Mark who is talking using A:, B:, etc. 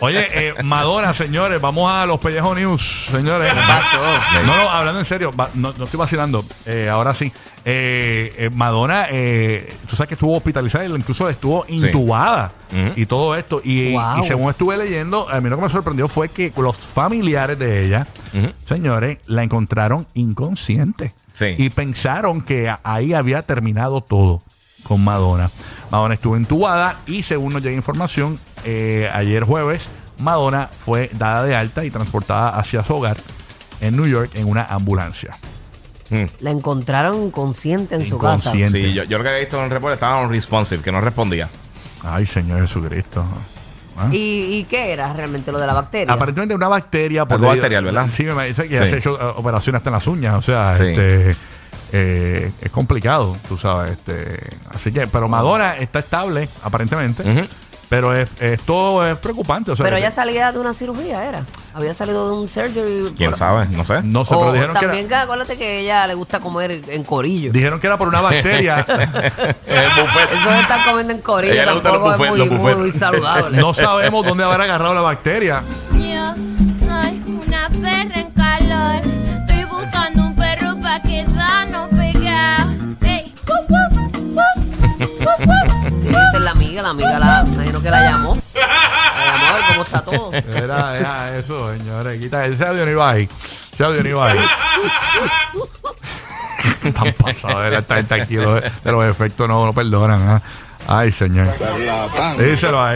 A: Oye, eh, Madonna, señores, vamos a los Pellejo News, señores. No, no, hablando en serio, va- no, no estoy vacilando, eh, ahora sí. Eh, eh, Madonna, eh, tú sabes que estuvo hospitalizada, y incluso estuvo intubada y todo esto. Y,
B: Wow.
A: y según estuve leyendo, a mí lo que me sorprendió fue que los familiares de ella, señores, la encontraron inconsciente.
C: Sí.
A: Y pensaron que a- ahí había terminado todo con Madonna. Madonna estuvo entubada y según nos llega información, eh, ayer jueves, Madonna fue dada de alta y transportada hacia su hogar en New York en una ambulancia.
B: La encontraron inconsciente en su casa.
A: Inconsciente.
C: Hmm. Sí, yo, yo lo que había visto en el reporte estaba un responsive, que no respondía.
A: Ay, Señor Jesucristo. Ah.
B: ¿Y, y qué era realmente lo de la bacteria?
A: Aparentemente una bacteria. por
C: Algo
A: debido-
C: bacterial, ¿verdad?
A: Sí, me parece que
C: Sí.
A: se ha hecho eh, operaciones hasta en las uñas. O sea,
C: Sí.
A: este, eh, es complicado, tú sabes. Este, así que, pero Madonna está estable, aparentemente.
C: Ujú.
A: Pero es, es- todo es preocupante. O sea,
B: Pero
A: que-
B: ella salía de una cirugía, ¿era? Había salido de un surgery.
C: ¿Quién
B: por-
C: sabe? No sé.
A: No sé,
B: O
A: pero dijeron que,
B: también
A: era,
B: que acuérdate que a ella le gusta comer en corillo.
A: dijeron que era por una bacteria.
C: Es el buffet.
B: Eso de estar comiendo en corillo
C: Ella le gusta
B: tampoco
C: los
B: es
C: buffet,
B: muy,
C: los
B: muy-
C: buffet.
B: muy saludable.
A: no sabemos dónde habrá agarrado la bacteria.
D: Yo soy una perra en calor. Estoy buscando un perro pa' quedarnos pegados. Ey. Guau, guau, guau, guau, guau.
B: Sí, esa es la amiga, la amiga la, me imagino que la llamó. La llamó a ver cómo está todo.
A: Era, era eso, señores. Quita ese audio no iba ahí. Ese audio no iba ahí. Están pasados de la- eh. esta gente aquí. Los, de los efectos no, no perdonan. ¿ah? Ay, señor. ¿eh? Díselo ahí.